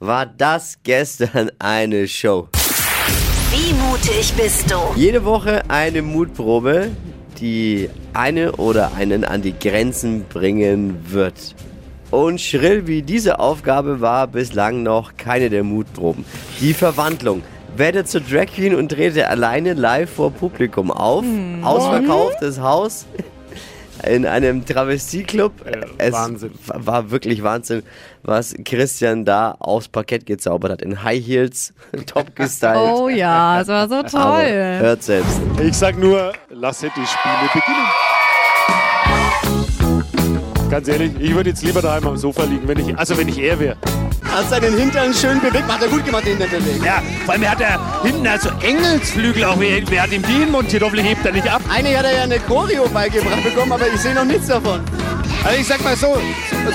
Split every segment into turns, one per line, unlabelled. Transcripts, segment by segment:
war das gestern eine Show.
Wie mutig bist du?
Jede Woche eine Mutprobe, die eine oder einen an die Grenzen bringen wird. Und schrill wie diese Aufgabe war bislang noch keine der Mutproben. Die Verwandlung. Werde zur Drag Queen und trete alleine live vor Publikum auf.
Hm.
Ausverkauftes Haus in einem Travestieclub. es
Wahnsinn.
wa- war wirklich Wahnsinn, was Christian da aufs Parkett gezaubert hat. In High Heels, top gestylt.
Oh ja, es war so
Also,
toll.
Aber hört selbst.
Ich sag nur, lasse die Spiele beginnen. Ganz ehrlich, ich würde jetzt lieber daheim am Sofa liegen, wenn ich, also wenn ich er wäre.
Hat seinen Hintern schön bewegt, hat er gut gemacht, den Hintern bewegt.
Ja, vor allem hat er hinten also Engelsflügel auch. Wer, wer hat ihm die hinmontiert? Hoffentlich hebt er nicht ab.
Eigentlich hat er ja eine Choreo beigebracht bekommen, aber ich sehe noch nichts davon.
Also ich sag mal so,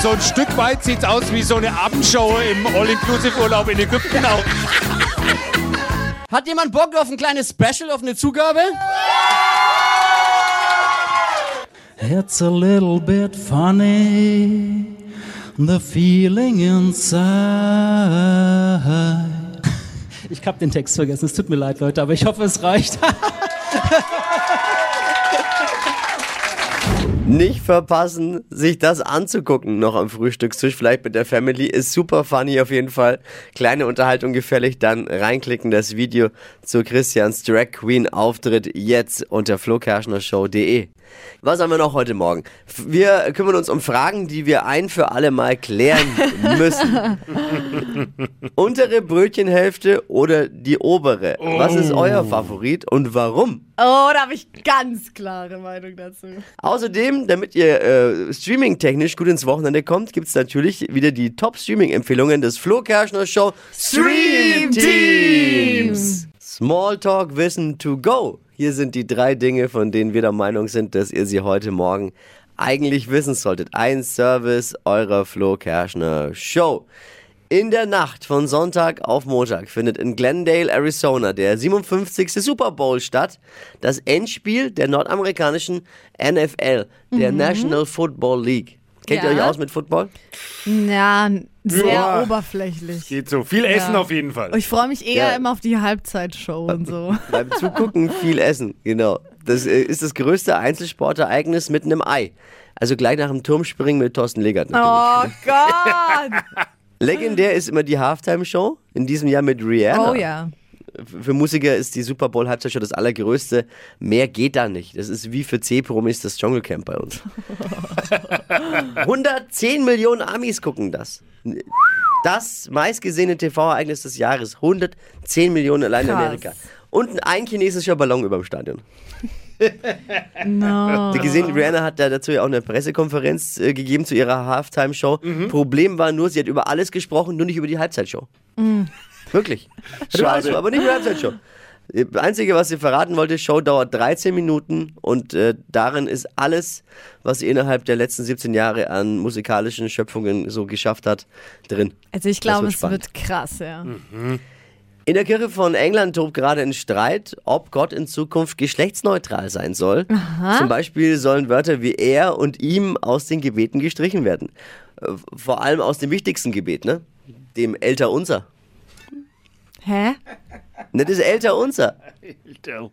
so ein Stück weit sieht's aus wie so eine Abendshow im All-Inclusive-Urlaub in Ägypten auch.
Hat jemand Bock auf ein kleines Special, auf eine Zugabe?
It's a little bit funny, the feeling inside. Ich habe den Text vergessen, es tut mir leid, Leute, aber ich hoffe, es reicht.
Nicht verpassen, sich das anzugucken noch am Frühstückstisch, vielleicht mit der Family. Ist super funny auf jeden Fall. Kleine Unterhaltung gefällig, dann reinklicken das Video zu Christians Drag Queen Auftritt jetzt unter flokerschnershow.de. Was haben wir noch heute Morgen? F- Wir kümmern uns um Fragen, die wir ein für alle Mal klären müssen. Untere Brötchenhälfte oder die obere? Was ist euer Favorit und warum?
Oh, da habe ich ganz klare Meinung dazu.
Außerdem, damit ihr äh, streaming-technisch gut ins Wochenende kommt, gibt's natürlich wieder die Top-Streaming-Empfehlungen des Flo Kerschner Show Stream Teams. Smalltalk Wissen to go. Hier sind die drei Dinge, von denen wir der Meinung sind, dass ihr sie heute Morgen eigentlich wissen solltet. Ein Service eurer Flo Kerschner Show. In der Nacht von Sonntag auf Montag findet in Glendale, Arizona, der 57. Super Bowl statt. Das Endspiel der nordamerikanischen NFL, der National Football League. Kennt ihr
Ja.
euch aus mit Football?
Ja, sehr
Ja.
oberflächlich.
Geht so. Viel Essen auf jeden Fall. Äh,
Ich freue mich eher
Ja.
immer auf die Halbzeitshow und so.
Beim Zugucken viel essen, genau. Das äh, ist das größte Einzelsportereignis mit einem Ei. Also gleich nach dem Turmspringen mit Thorsten Legert.
äh,
natürlich.
Oh Gott!
Legendär ist immer die Halftime-Show, in diesem Jahr mit Rihanna.
Oh ja.
für Musiker ist die Super Bowl Halbzeit schon das allergrößte. Mehr geht da nicht. Das ist wie für C-Promis das Jungle Camp bei uns. 110 Millionen Amis gucken das. Das meistgesehene TV-Ereignis des Jahres. 110 Millionen allein in
Krass.
Amerika. Und ein chinesischer Ballon über dem Stadion.
No.
Die gesehen, Rihanna hat da dazu ja auch eine Pressekonferenz äh, gegeben zu ihrer Halftime-Show.
Mhm.
Problem war nur, sie hat über alles gesprochen, nur nicht über die Halbzeitshow. Wirklich. Schade. Aber nicht über die Halbzeitshow. Das Einzige, was sie verraten wollte, Show dauert 13 Minuten und äh, darin ist alles, was sie innerhalb der letzten 17 Jahre an musikalischen Schöpfungen so geschafft hat, drin.
Also ich glaube,
wird
es wird krass, ja.
Hm.
In der Kirche von England tobt gerade ein Streit, ob Gott in Zukunft geschlechtsneutral sein soll. Zum Beispiel sollen Wörter wie er und ihm aus den Gebeten gestrichen werden. Äh, Vor allem aus dem wichtigsten Gebet, ne? Dem Älterunser.
Hä?
Ne, das Älterunser.
Alter.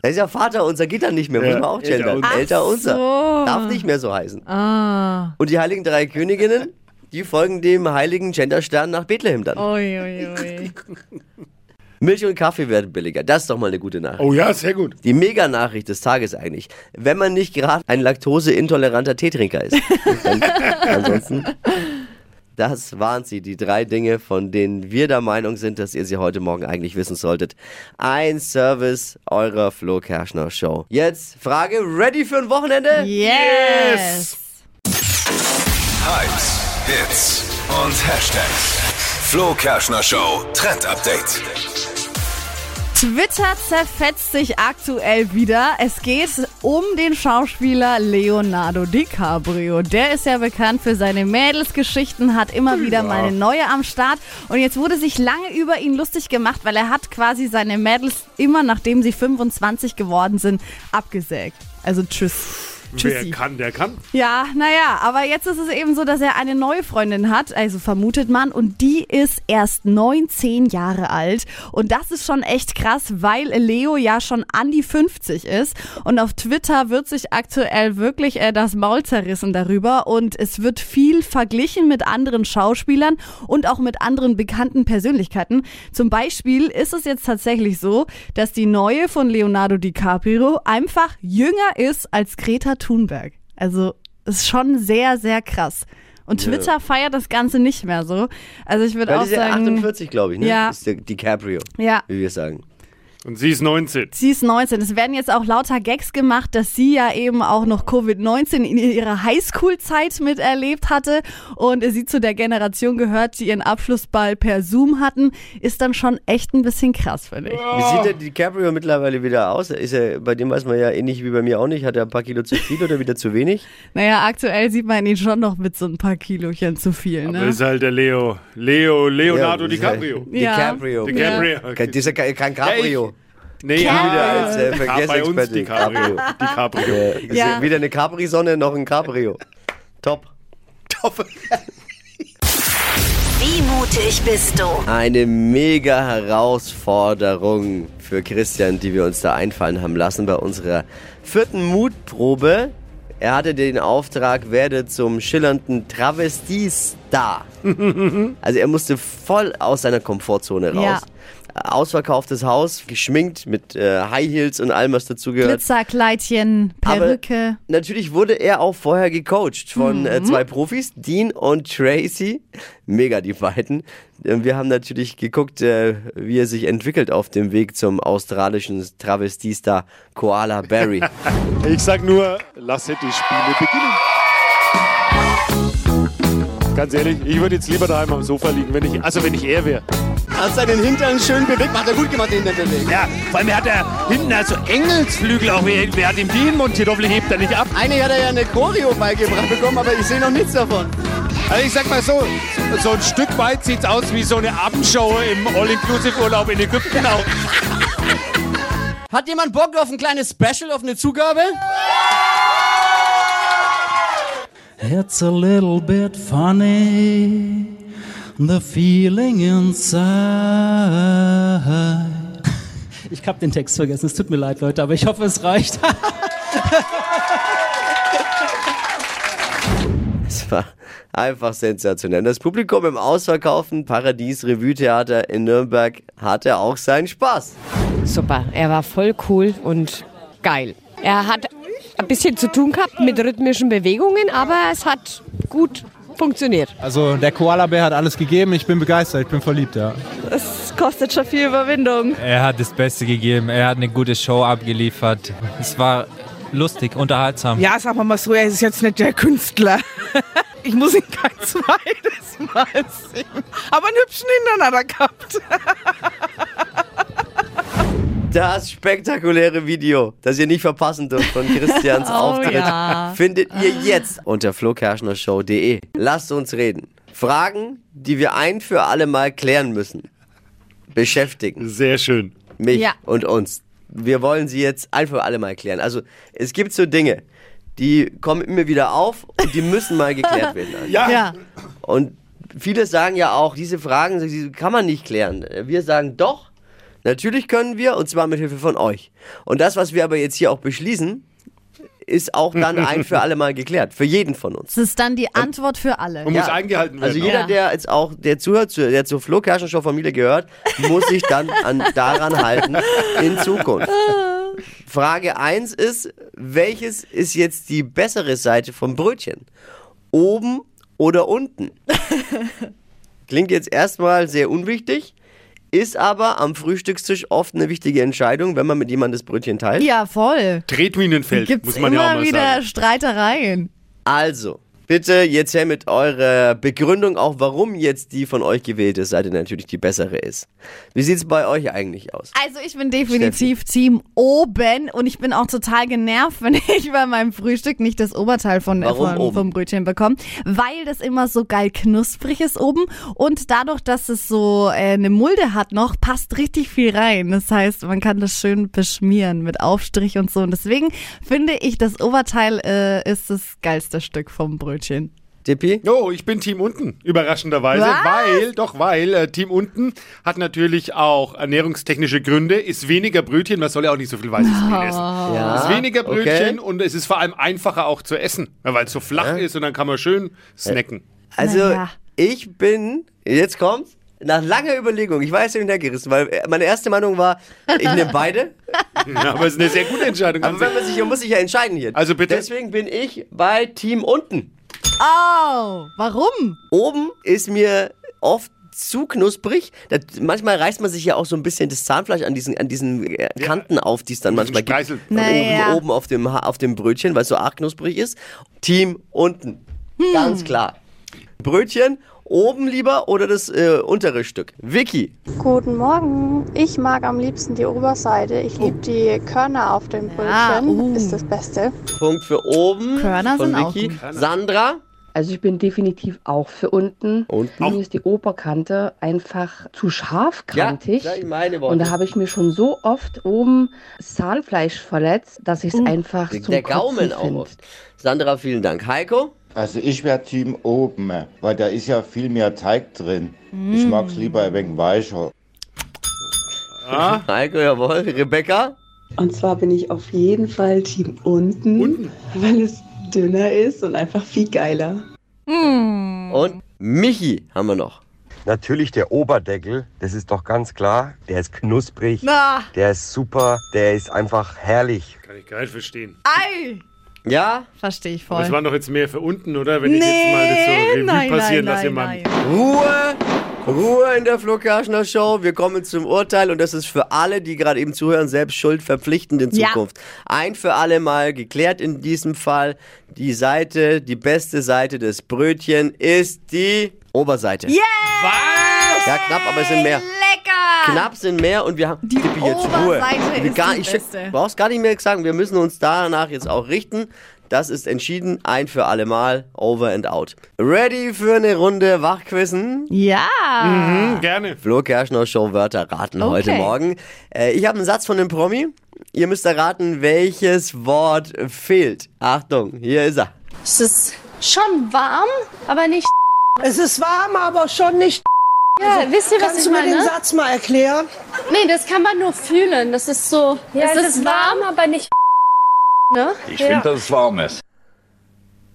Das ist ja Vaterunser, geht dann nicht mehr, muss
Ja,
man auch gendern.
Älterunser.
Älterunser.
so.
Darf nicht mehr so heißen. Und die heiligen drei Königinnen, die folgen dem heiligen Genderstern nach Bethlehem dann.
Ui, ui, ui.
Milch und Kaffee werden billiger. Das ist doch mal eine gute Nachricht.
Oh ja, sehr gut.
Die Mega-Nachricht des Tages eigentlich. Wenn man nicht gerade ein laktoseintoleranter Teetrinker ist. Dann- Ansonsten. Das waren sie, die drei Dinge, von denen wir der Meinung sind, dass ihr sie heute Morgen eigentlich wissen solltet. Ein Service eurer Flo Kerschner Show. Jetzt Frage, ready für ein Wochenende?
Yes!
Hypes, Hits und Hashtags. Flo Kerschner Show Trend Update.
Twitter zerfetzt sich aktuell wieder. Es geht um den Schauspieler Leonardo DiCaprio. Der ist ja bekannt für seine Mädelsgeschichten, hat immer wieder mal eine neue am Start. Und jetzt wurde sich lange über ihn lustig gemacht, weil er hat quasi seine Mädels immer, nachdem sie 25 geworden sind, abgesägt. Also tschüss.
Wer
Tschüssi.
kann, der kann.
Ja, naja, aber jetzt ist es eben so, dass er eine neue Freundin hat, also vermutet man, und die ist erst 19 Jahre alt. Und das ist schon echt krass, weil Leo ja schon an die 50 ist. Und auf Twitter wird sich aktuell wirklich äh, das Maul zerrissen darüber. Und es wird viel verglichen mit anderen Schauspielern und auch mit anderen bekannten Persönlichkeiten. Zum Beispiel ist es jetzt tatsächlich so, dass die neue von Leonardo DiCaprio einfach jünger ist als Greta Thunberg. Also ist schon sehr, sehr krass. Und Twitter feiert das Ganze nicht mehr so. Also ich würde
Weil
auch
die ist ja
sagen,
48, glaube ich, ne?
Ja.
Ist der DiCaprio,
ja,
wie wir sagen.
Und sie ist 19.
sie ist 19. Es werden jetzt auch lauter Gags gemacht, dass sie ja eben auch noch Covid-19 in ihrer Highschool-Zeit miterlebt hatte und sie zu der Generation gehört, die ihren Abschlussball per Zoom hatten, ist dann schon echt ein bisschen krass, finde ich.
Wie sieht
Oh.
der DiCaprio mittlerweile wieder aus? Ist er, bei dem weiß man ja ähnlich wie bei mir auch nicht. Hat er ein paar Kilo zu viel oder wieder zu wenig?
Naja, aktuell sieht man ihn schon noch mit so ein paar Kilochen zu viel,
Das
ne?
ist halt der Leo. Leo, Leonardo
Ja,
DiCaprio.
Ja.
DiCaprio.
DiCaprio.
Kein, das ist ja kein, kein Cabrio.
Nee,
wieder als äh,
ja, bei uns
Vergessexperte.
DiCaprio. DiCaprio.
Äh, ist
Ja.
ja. Weder eine Capri-Sonne noch ein Cabrio. Top. Top.
Wie mutig bist du?
Eine mega Herausforderung für Christian, die wir uns da einfallen haben lassen bei unserer vierten Mutprobe. Er hatte den Auftrag, werde zum schillernden Travestie-Star. also er musste voll aus seiner Komfortzone raus.
Ja.
Ausverkauftes Haus, geschminkt mit äh, High Heels und allem, was dazugehört.
Glitzerkleidchen, Perücke.
Natürlich wurde er auch vorher gecoacht von äh, zwei Profis, Dean und Tracy. Mega die beiden. Äh, Wir haben natürlich geguckt, äh, wie er sich entwickelt auf dem Weg zum australischen Travestiestar Koala Barry.
Ich sag nur, lasse die Spiele beginnen. Ganz ehrlich, ich würde jetzt lieber daheim am Sofa liegen, wenn ich, also wenn ich er wäre.
Hast seinen Hintern schön bewegt, hat er gut gemacht, den Hinterweg.
Ja, vor allem hat er hinten also Engelsflügel auch. Wer, wer hat ihm die montiert? Hoffentlich hebt er nicht ab.
Eigentlich hat er ja eine Choreo beigebracht bekommen, aber ich sehe noch nichts davon.
Also ich sag mal so, so ein Stück weit sieht's aus wie so eine Abendshow im All-Inclusive-Urlaub in Ägypten auch.
Hat jemand Bock auf ein kleines Special, auf eine Zugabe?
It's a little bit funny, the feeling inside. Ich habe den Text vergessen, es tut mir leid, Leute, aber ich hoffe, es reicht.
Es war einfach sensationell. Das Publikum im ausverkauften Paradies Revue Theater in Nürnberg hatte auch seinen Spaß.
Super, er war voll cool und geil. Er hat ein bisschen zu tun gehabt mit rhythmischen Bewegungen, aber es hat gut funktioniert.
Also der Koala-Bär hat alles gegeben. Ich bin begeistert, ich bin verliebt, ja.
Es kostet schon viel Überwindung.
Er hat das Beste gegeben. Er hat eine gute Show abgeliefert. Es war lustig, unterhaltsam.
Ja, sagen wir mal so, er ist jetzt nicht der Künstler. Ich muss ihn kein zweites Mal sehen. Aber einen hübschen Hintern hat er gehabt.
Das spektakuläre Video, das ihr nicht verpassen dürft von Christians Auftritt, findet ihr jetzt unter flokerschnershow.de. Lasst uns reden. Fragen, die wir ein für alle Mal klären müssen, beschäftigen
Sehr schön.
mich
Ja.
und uns. Wir wollen sie jetzt ein für alle Mal klären. Also es gibt so Dinge, die kommen immer wieder auf und die müssen mal geklärt werden.
Ja.
Und viele sagen ja auch, diese Fragen diese kann man nicht klären. Wir sagen doch, natürlich können wir und zwar mit Hilfe von euch. Und das, was wir aber jetzt hier auch beschließen, ist auch dann ein für alle Mal geklärt. Für jeden von uns.
Es ist dann die Antwort für alle.
Und muss eingehalten werden.
Also jeder,
Ja.
der jetzt auch, der zuhört, zu- der zur Flo Show Familie gehört, muss sich dann an, daran halten in Zukunft. Frage 1 ist, welches ist jetzt die bessere Seite vom Brötchen? Oben oder unten? Klingt jetzt erstmal sehr unwichtig, ist aber am Frühstückstisch oft eine wichtige Entscheidung, wenn man mit jemandem das Brötchen teilt.
Ja, voll.
Tretminenfeld,
Gibt's
muss man ja auch
immer
mal
wieder
sagen.
Streitereien.
Also, Bitte jetzt her mit eurer Begründung, auch warum jetzt die von euch gewählte Seite natürlich die bessere ist. Wie sieht es bei euch eigentlich aus?
Also ich bin definitiv Team oben und ich bin auch total genervt, wenn ich bei meinem Frühstück nicht das Oberteil von,
Warum
von,
oben?
vom Brötchen bekomme, weil das immer so geil knusprig ist oben und dadurch, dass es so äh, eine Mulde hat noch, passt richtig viel rein. Das heißt, man kann das schön beschmieren mit Aufstrich und so und deswegen finde ich, das Oberteil äh, ist das geilste Stück vom Brötchen.
Dippi?
Oh, ich bin Team unten, überraschenderweise.
Was?
Weil, doch, weil äh, Team unten hat natürlich auch ernährungstechnische Gründe, ist weniger Brötchen, man soll ja auch nicht so viel weißes Mehl essen.
Ah.
Ja,
Es Oh. ist weniger
okay.
Brötchen und es ist vor allem einfacher auch zu essen, ja, weil es so flach ist und dann kann man schön snacken.
Also
Naja.
ich bin, jetzt kommt's, nach langer Überlegung, ich war jetzt hin und her gerissen, weil äh, meine erste Meinung war, ich nehme beide.
Ja, aber es ist eine sehr gute Entscheidung.
Aber wenn man sich, man muss sich ja entscheiden hier.
Also bitte.
Deswegen bin ich bei Team unten.
Oh, warum?
Oben ist mir oft zu knusprig. Da, manchmal reißt man sich ja auch so ein bisschen das Zahnfleisch an diesen, an diesen äh, Kanten auf, die es dann manchmal gibt. Oben,
Naja.
oben auf, dem, Ha- auf dem Brötchen, weil es so arg knusprig ist. Team unten.
Hm.
Ganz klar. Brötchen oben lieber oder das äh, untere Stück? Vicky.
Guten Morgen. Ich mag am liebsten die Oberseite. Ich liebe die Körner auf dem Brötchen.
Ah. uh.
Uh. Ist das Beste.
Punkt für oben.
Körner
von
sind auch
Vicky.
gut. Körner.
Sandra.
Also ich bin definitiv auch für unten.
Unten?
Mir ist die Oberkante einfach zu scharfkantig.
Ja, ja, meine Worte.
und da habe ich mir schon so oft oben das Zahnfleisch verletzt, dass
Mhm.
ich es einfach zum
Der Gaumen
Kotzen
auch.
finde.
oft. Sandra, vielen Dank. Heiko?
Also ich wäre Team oben, weil da ist ja viel mehr Teig drin. Ich
Mm.
mag's lieber ein wenig weicher.
Heiko, jawohl. Rebecca?
Und zwar bin ich auf jeden Fall Team unten, weil es dünner ist und einfach viel geiler.
Und Michi haben wir noch.
Natürlich der Oberdeckel, das ist doch ganz klar. Der ist knusprig,
Na.
der ist super, der ist einfach herrlich.
Kann ich gar nicht verstehen.
Ei!
Ja?
Verstehe ich voll.
Aber es waren doch jetzt mehr für unten, oder? Wenn ich
Nee,
jetzt mal das so Revue
nein,
passieren
nein,
lasse,
nein,
Mann.
Ruhe! Ruhe in der Flo Kerschner Show. Wir kommen zum Urteil und das ist für alle, die gerade eben zuhören, selbst schuld verpflichtend in
Ja.
Zukunft. Ein für alle Mal geklärt in diesem Fall. Die Seite, die beste Seite des Brötchen ist die Oberseite.
Yeah!
Was? Ja, knapp, aber es sind mehr.
Lecker!
Knapp sind mehr und wir haben die Tippi, jetzt Ruhe.
Oberseite
wir
ist
gar,
die
ich
beste.
brauchst gar nicht mehr sagen, wir müssen uns danach jetzt auch richten. Das ist entschieden, ein für alle Mal, over and out. Ready für eine Runde Wachquissen?
Ja!
Mhm,
gerne.
Flo Kerschner Show Wörter raten
Okay.
heute Morgen. Äh, ich habe einen Satz von dem Promi. Ihr müsst erraten, welches Wort fehlt. Achtung, hier ist er.
Es ist schon warm, aber nicht. Es ist warm, aber schon nicht. Ja,
Also,
wisst ihr, was
kannst
ich
du mir
meine?
den
Satz mal erklären? Nee, das kann man nur fühlen. Das ist so.
Ja,
es, ist warm, aber nicht. Ne? ja.
dass es warm ist. Ja,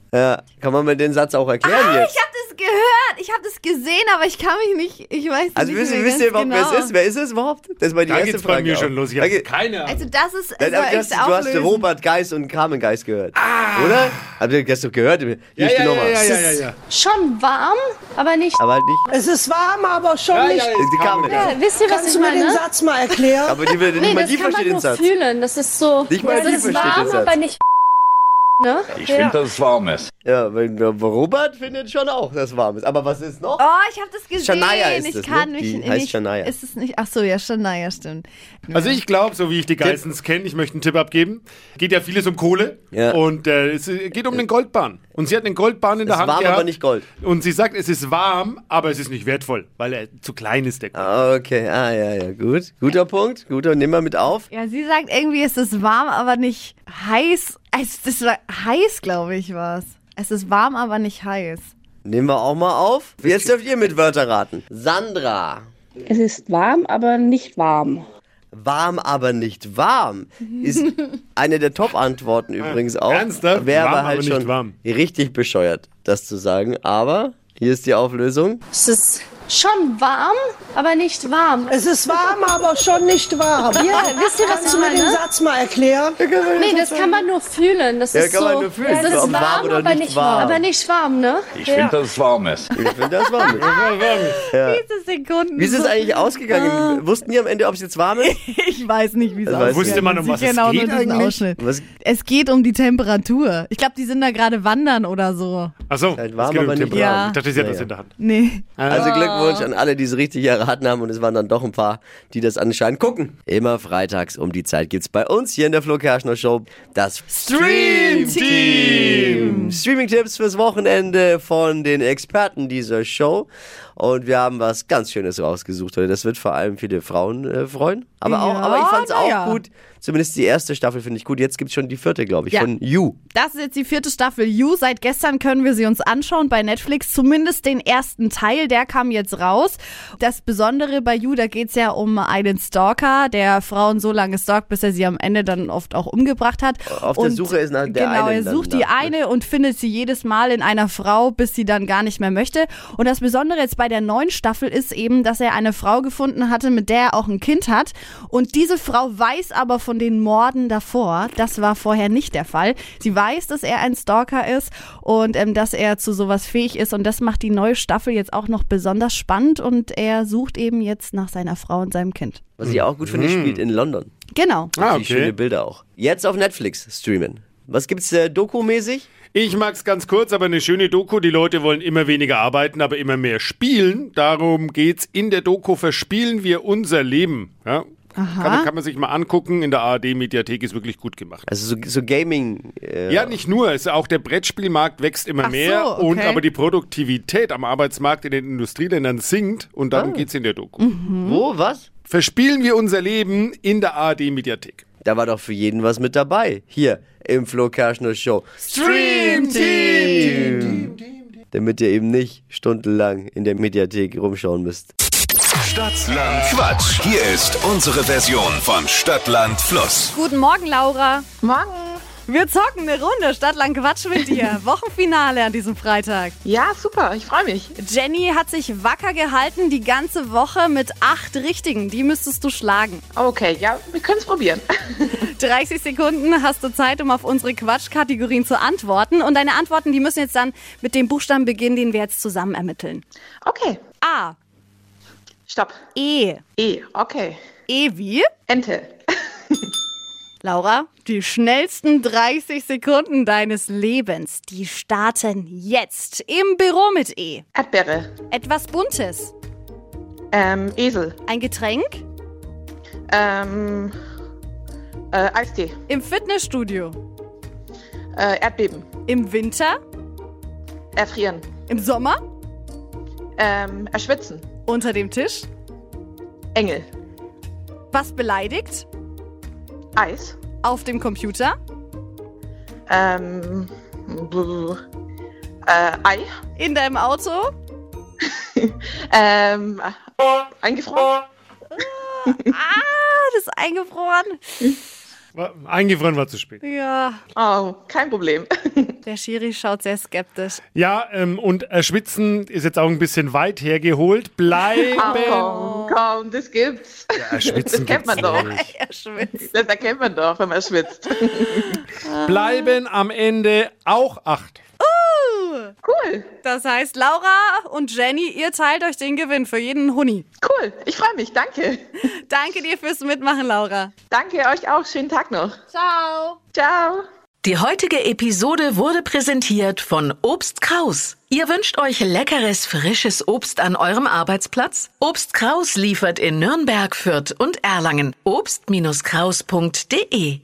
Äh, kann man mir den Satz auch erklären
Ah,
jetzt?
ich habe das gehört, ich habe das gesehen, aber ich kann mich nicht, ich weiß
Also
nicht
wisst,
mehr
wisst
ganz
ihr überhaupt,
genau.
wer es ist? Wer ist es überhaupt? Das war die
Da
erste
geht's bei
Frage.
mir
auch.
schon los. Ich
Da
hab
geht-
keine Ahnung.
Also das ist,
Nein, aber du, hast, du hast Robert Geis und Carmen Geis gehört.
Ah.
Oder? Habt ihr das doch gehört? Hier, ich bin nochmal.
Schon warm, aber nicht.
Aber halt nicht.
Es ist warm, aber schon
Ja, ja,
nicht.
ja, die Carmen
Ja,
Geis.
wisst ihr, was
Kannst
ich
du mir
meine?
ne?
den Satz mal
erklären?
Aber die will- nicht
nee,
mal
das
die
kann man
versteht
nur
den Satz.
fühlen. Das ist so.
Nicht mal
es
die
ist
versteht den
warm,
Satz.
aber nicht. Ne? ja.
dass es warm ist. Ja, wenn, Robert findet schon auch, dass es warm ist. Aber was ist noch?
Oh, ich habe das gesehen.
Shania ist
ich
es,
kann
ne?
mich
Die
nicht.
heißt Shania.
Ist es nicht? Ach so, ja, Shania stimmt.
Also ich glaube, so wie ich die Geissens kenne, ich möchte einen Tipp abgeben. Geht ja vieles um Kohle und äh, es geht um den Goldbahn. Und sie hat einen Goldbahn in
Es
der Hand
warm,
gehabt.
aber nicht Gold.
Und sie sagt, es ist warm, aber es ist nicht wertvoll, weil er zu klein ist, der Gold.
Okay, ah ja, ja, gut. Guter Punkt. Guter, nimm mal mit auf.
Ja, sie sagt irgendwie, es ist warm, aber nicht heiß. Es das war heiß, glaube ich, war's. Es ist warm, aber nicht heiß.
Nehmen wir auch mal auf. Jetzt dürft ihr mit Wörter raten. Sandra.
Es ist warm, aber nicht warm.
Warm, aber nicht warm. Ist eine der Top-Antworten übrigens auch.
Ernsthaft?
Wäre
Warm,
aber
aber
halt
nicht
schon richtig bescheuert, das zu sagen. Aber hier ist die Auflösung.
Es ist
Schon warm, aber nicht warm.
Es ist warm, aber schon nicht warm.
Ja, wisst ihr, was
Kannst
ich
du mir
ne?
meine?
den Satz mal erklären?
Nee, das kann man nur fühlen. Das
Ja,
ist
kann
so,
man nur fühlen.
Das
Ob
ist warm,
warm
oder
aber
nicht
nicht warm.
warm.
Aber nicht warm, ne?
Ich
Ja.
das ist warm ist. Ich finde das warm ist. Ja.
Sekunden.
Wie ist es eigentlich
Ah.
ausgegangen? Wussten die am Ende, ob es jetzt warm ist?
Ich weiß nicht, wie es
Also weiß
ausgeht.
ich nicht.
Sie kennen auch nur diesen Ausschnitt.
Was,
Es geht um die Temperatur. Ich glaube, die sind da gerade wandern oder so.
Achso, es
warm,
geht um
aber nicht
Temperatur.
warm. Ja. Ich
dachte, sie hat was in der Hand.
Nee.
Also Glückwunsch an alle, die es richtig erraten haben und es waren dann doch ein paar, die das anscheinend gucken. Immer freitags um die Zeit gibt's bei uns hier in der Flo Kerschner Show das Stream Team. Streaming Tipps fürs Wochenende von den Experten dieser Show und wir haben was ganz schönes rausgesucht heute. Das wird vor allem viele Frauen äh, freuen, aber auch
Ja,
aber ich fand's
na
auch
ja.
gut. Zumindest die erste Staffel finde ich gut. Jetzt gibt's schon die vierte, glaube ich,
Ja.
von You.
Das ist jetzt die vierte Staffel You. Seit gestern können wir sie uns anschauen bei Netflix. Zumindest den ersten Teil, der kam jetzt raus. Das Besondere bei You, da geht's ja um einen Stalker, der Frauen so lange stalkt, bis er sie am Ende dann oft auch umgebracht hat.
Auf der
Und
Suche ist nach der
Genau,
einen
er
dann
sucht die
nach, ne?
eine und findet sie jedes Mal in einer Frau, bis sie dann gar nicht mehr möchte. Und das Besondere jetzt bei der neuen Staffel ist eben, dass er eine Frau gefunden hatte, mit der er auch ein Kind hat. Und diese Frau weiß aber von den Morden davor. Das war vorher nicht der Fall. Sie weiß, dass er ein Stalker ist und ähm, dass er zu sowas fähig ist. Und das macht die neue Staffel jetzt auch noch besonders spannend. Und er sucht eben jetzt nach seiner Frau und seinem Kind.
Was ich auch gut finde,
Mhm.
spielt in London.
Genau.
Ah, okay. Schöne Bilder auch. Jetzt auf Netflix streamen. Was gibt's äh, dokumäßig?
Ich mag's ganz kurz, aber eine schöne Doku. Die Leute wollen immer weniger arbeiten, aber immer mehr spielen. Darum geht's in der Doku. Verspielen wir unser Leben. Ja?
Aha.
Kann, kann man sich mal angucken. In der ARD-Mediathek ist wirklich gut gemacht.
Also so, Gaming. äh,
ja, nicht nur. Es, auch der Brettspielmarkt wächst immer
Ach
mehr.
so, okay.
Und aber die Produktivität am Arbeitsmarkt in den Industrieländern sinkt. Und darum
Ah.
geht's in der Doku.
Mhm. Wo? Was?
Verspielen wir unser Leben in der ARD-Mediathek.
Da war doch für jeden was mit dabei. Hier im Flo Kerschner Show.
Stream Team!
Damit ihr eben nicht stundenlang in der Mediathek rumschauen müsst.
Stadtland Quatsch. Hier ist unsere Version von Stadtland Fluss.
Guten Morgen, Laura. Morgen. Wir zocken eine Runde, Stadtlang Quatsch mit dir. Wochenfinale an diesem Freitag. Ja, super, ich freue mich. Jenny hat sich wacker gehalten die ganze Woche mit acht Richtigen. Die müsstest du schlagen. Okay, ja, wir können es probieren. 30 Sekunden hast du Zeit, um auf unsere Quatschkategorien zu antworten. Und deine Antworten, die müssen jetzt dann mit dem Buchstaben beginnen, den wir jetzt zusammen ermitteln. Okay. A. Stopp. E. E, okay. E wie? Ente. Laura, die schnellsten 30 Sekunden deines Lebens, die starten jetzt im Büro mit E. Erdbeere. Etwas Buntes. Ähm, Esel. Ein Getränk. Ähm, äh, Eistee. Im Fitnessstudio. Erdbeben. Im Winter. Erfrieren. Im Sommer. Ähm, erschwitzen. Unter dem Tisch. Engel. Was beleidigt? Eis. Auf dem Computer? Ähm. äh, Ei. In deinem Auto? ähm. Eingefroren? ah, das ist eingefroren.
War- Eingefroren war zu spät.
Ja. Oh, kein Problem. Der Schiri schaut sehr skeptisch.
Ja, ähm, und äh, Schwitzen ist jetzt auch ein bisschen weit hergeholt. Bleiben.
Oh,
Komm, komm, das gibt's.
Ja,
Ah, das
schwitzen
kennt man
gibt's
doch.
nicht.
Das erkennt man doch, wenn man schwitzt.
Bleiben am Ende auch acht.
Uh, cool. Das heißt, Laura und Jenny, ihr teilt euch den Gewinn für jeden Huni. Cool, ich freue mich, danke. Danke dir fürs Mitmachen, Laura. Danke euch auch, schönen Tag noch. Ciao. Ciao.
Die heutige Episode wurde präsentiert von Obst Kraus. Ihr wünscht euch leckeres, frisches Obst an eurem Arbeitsplatz? Obst Kraus liefert in Nürnberg, Fürth und Erlangen. Obst-Kraus.de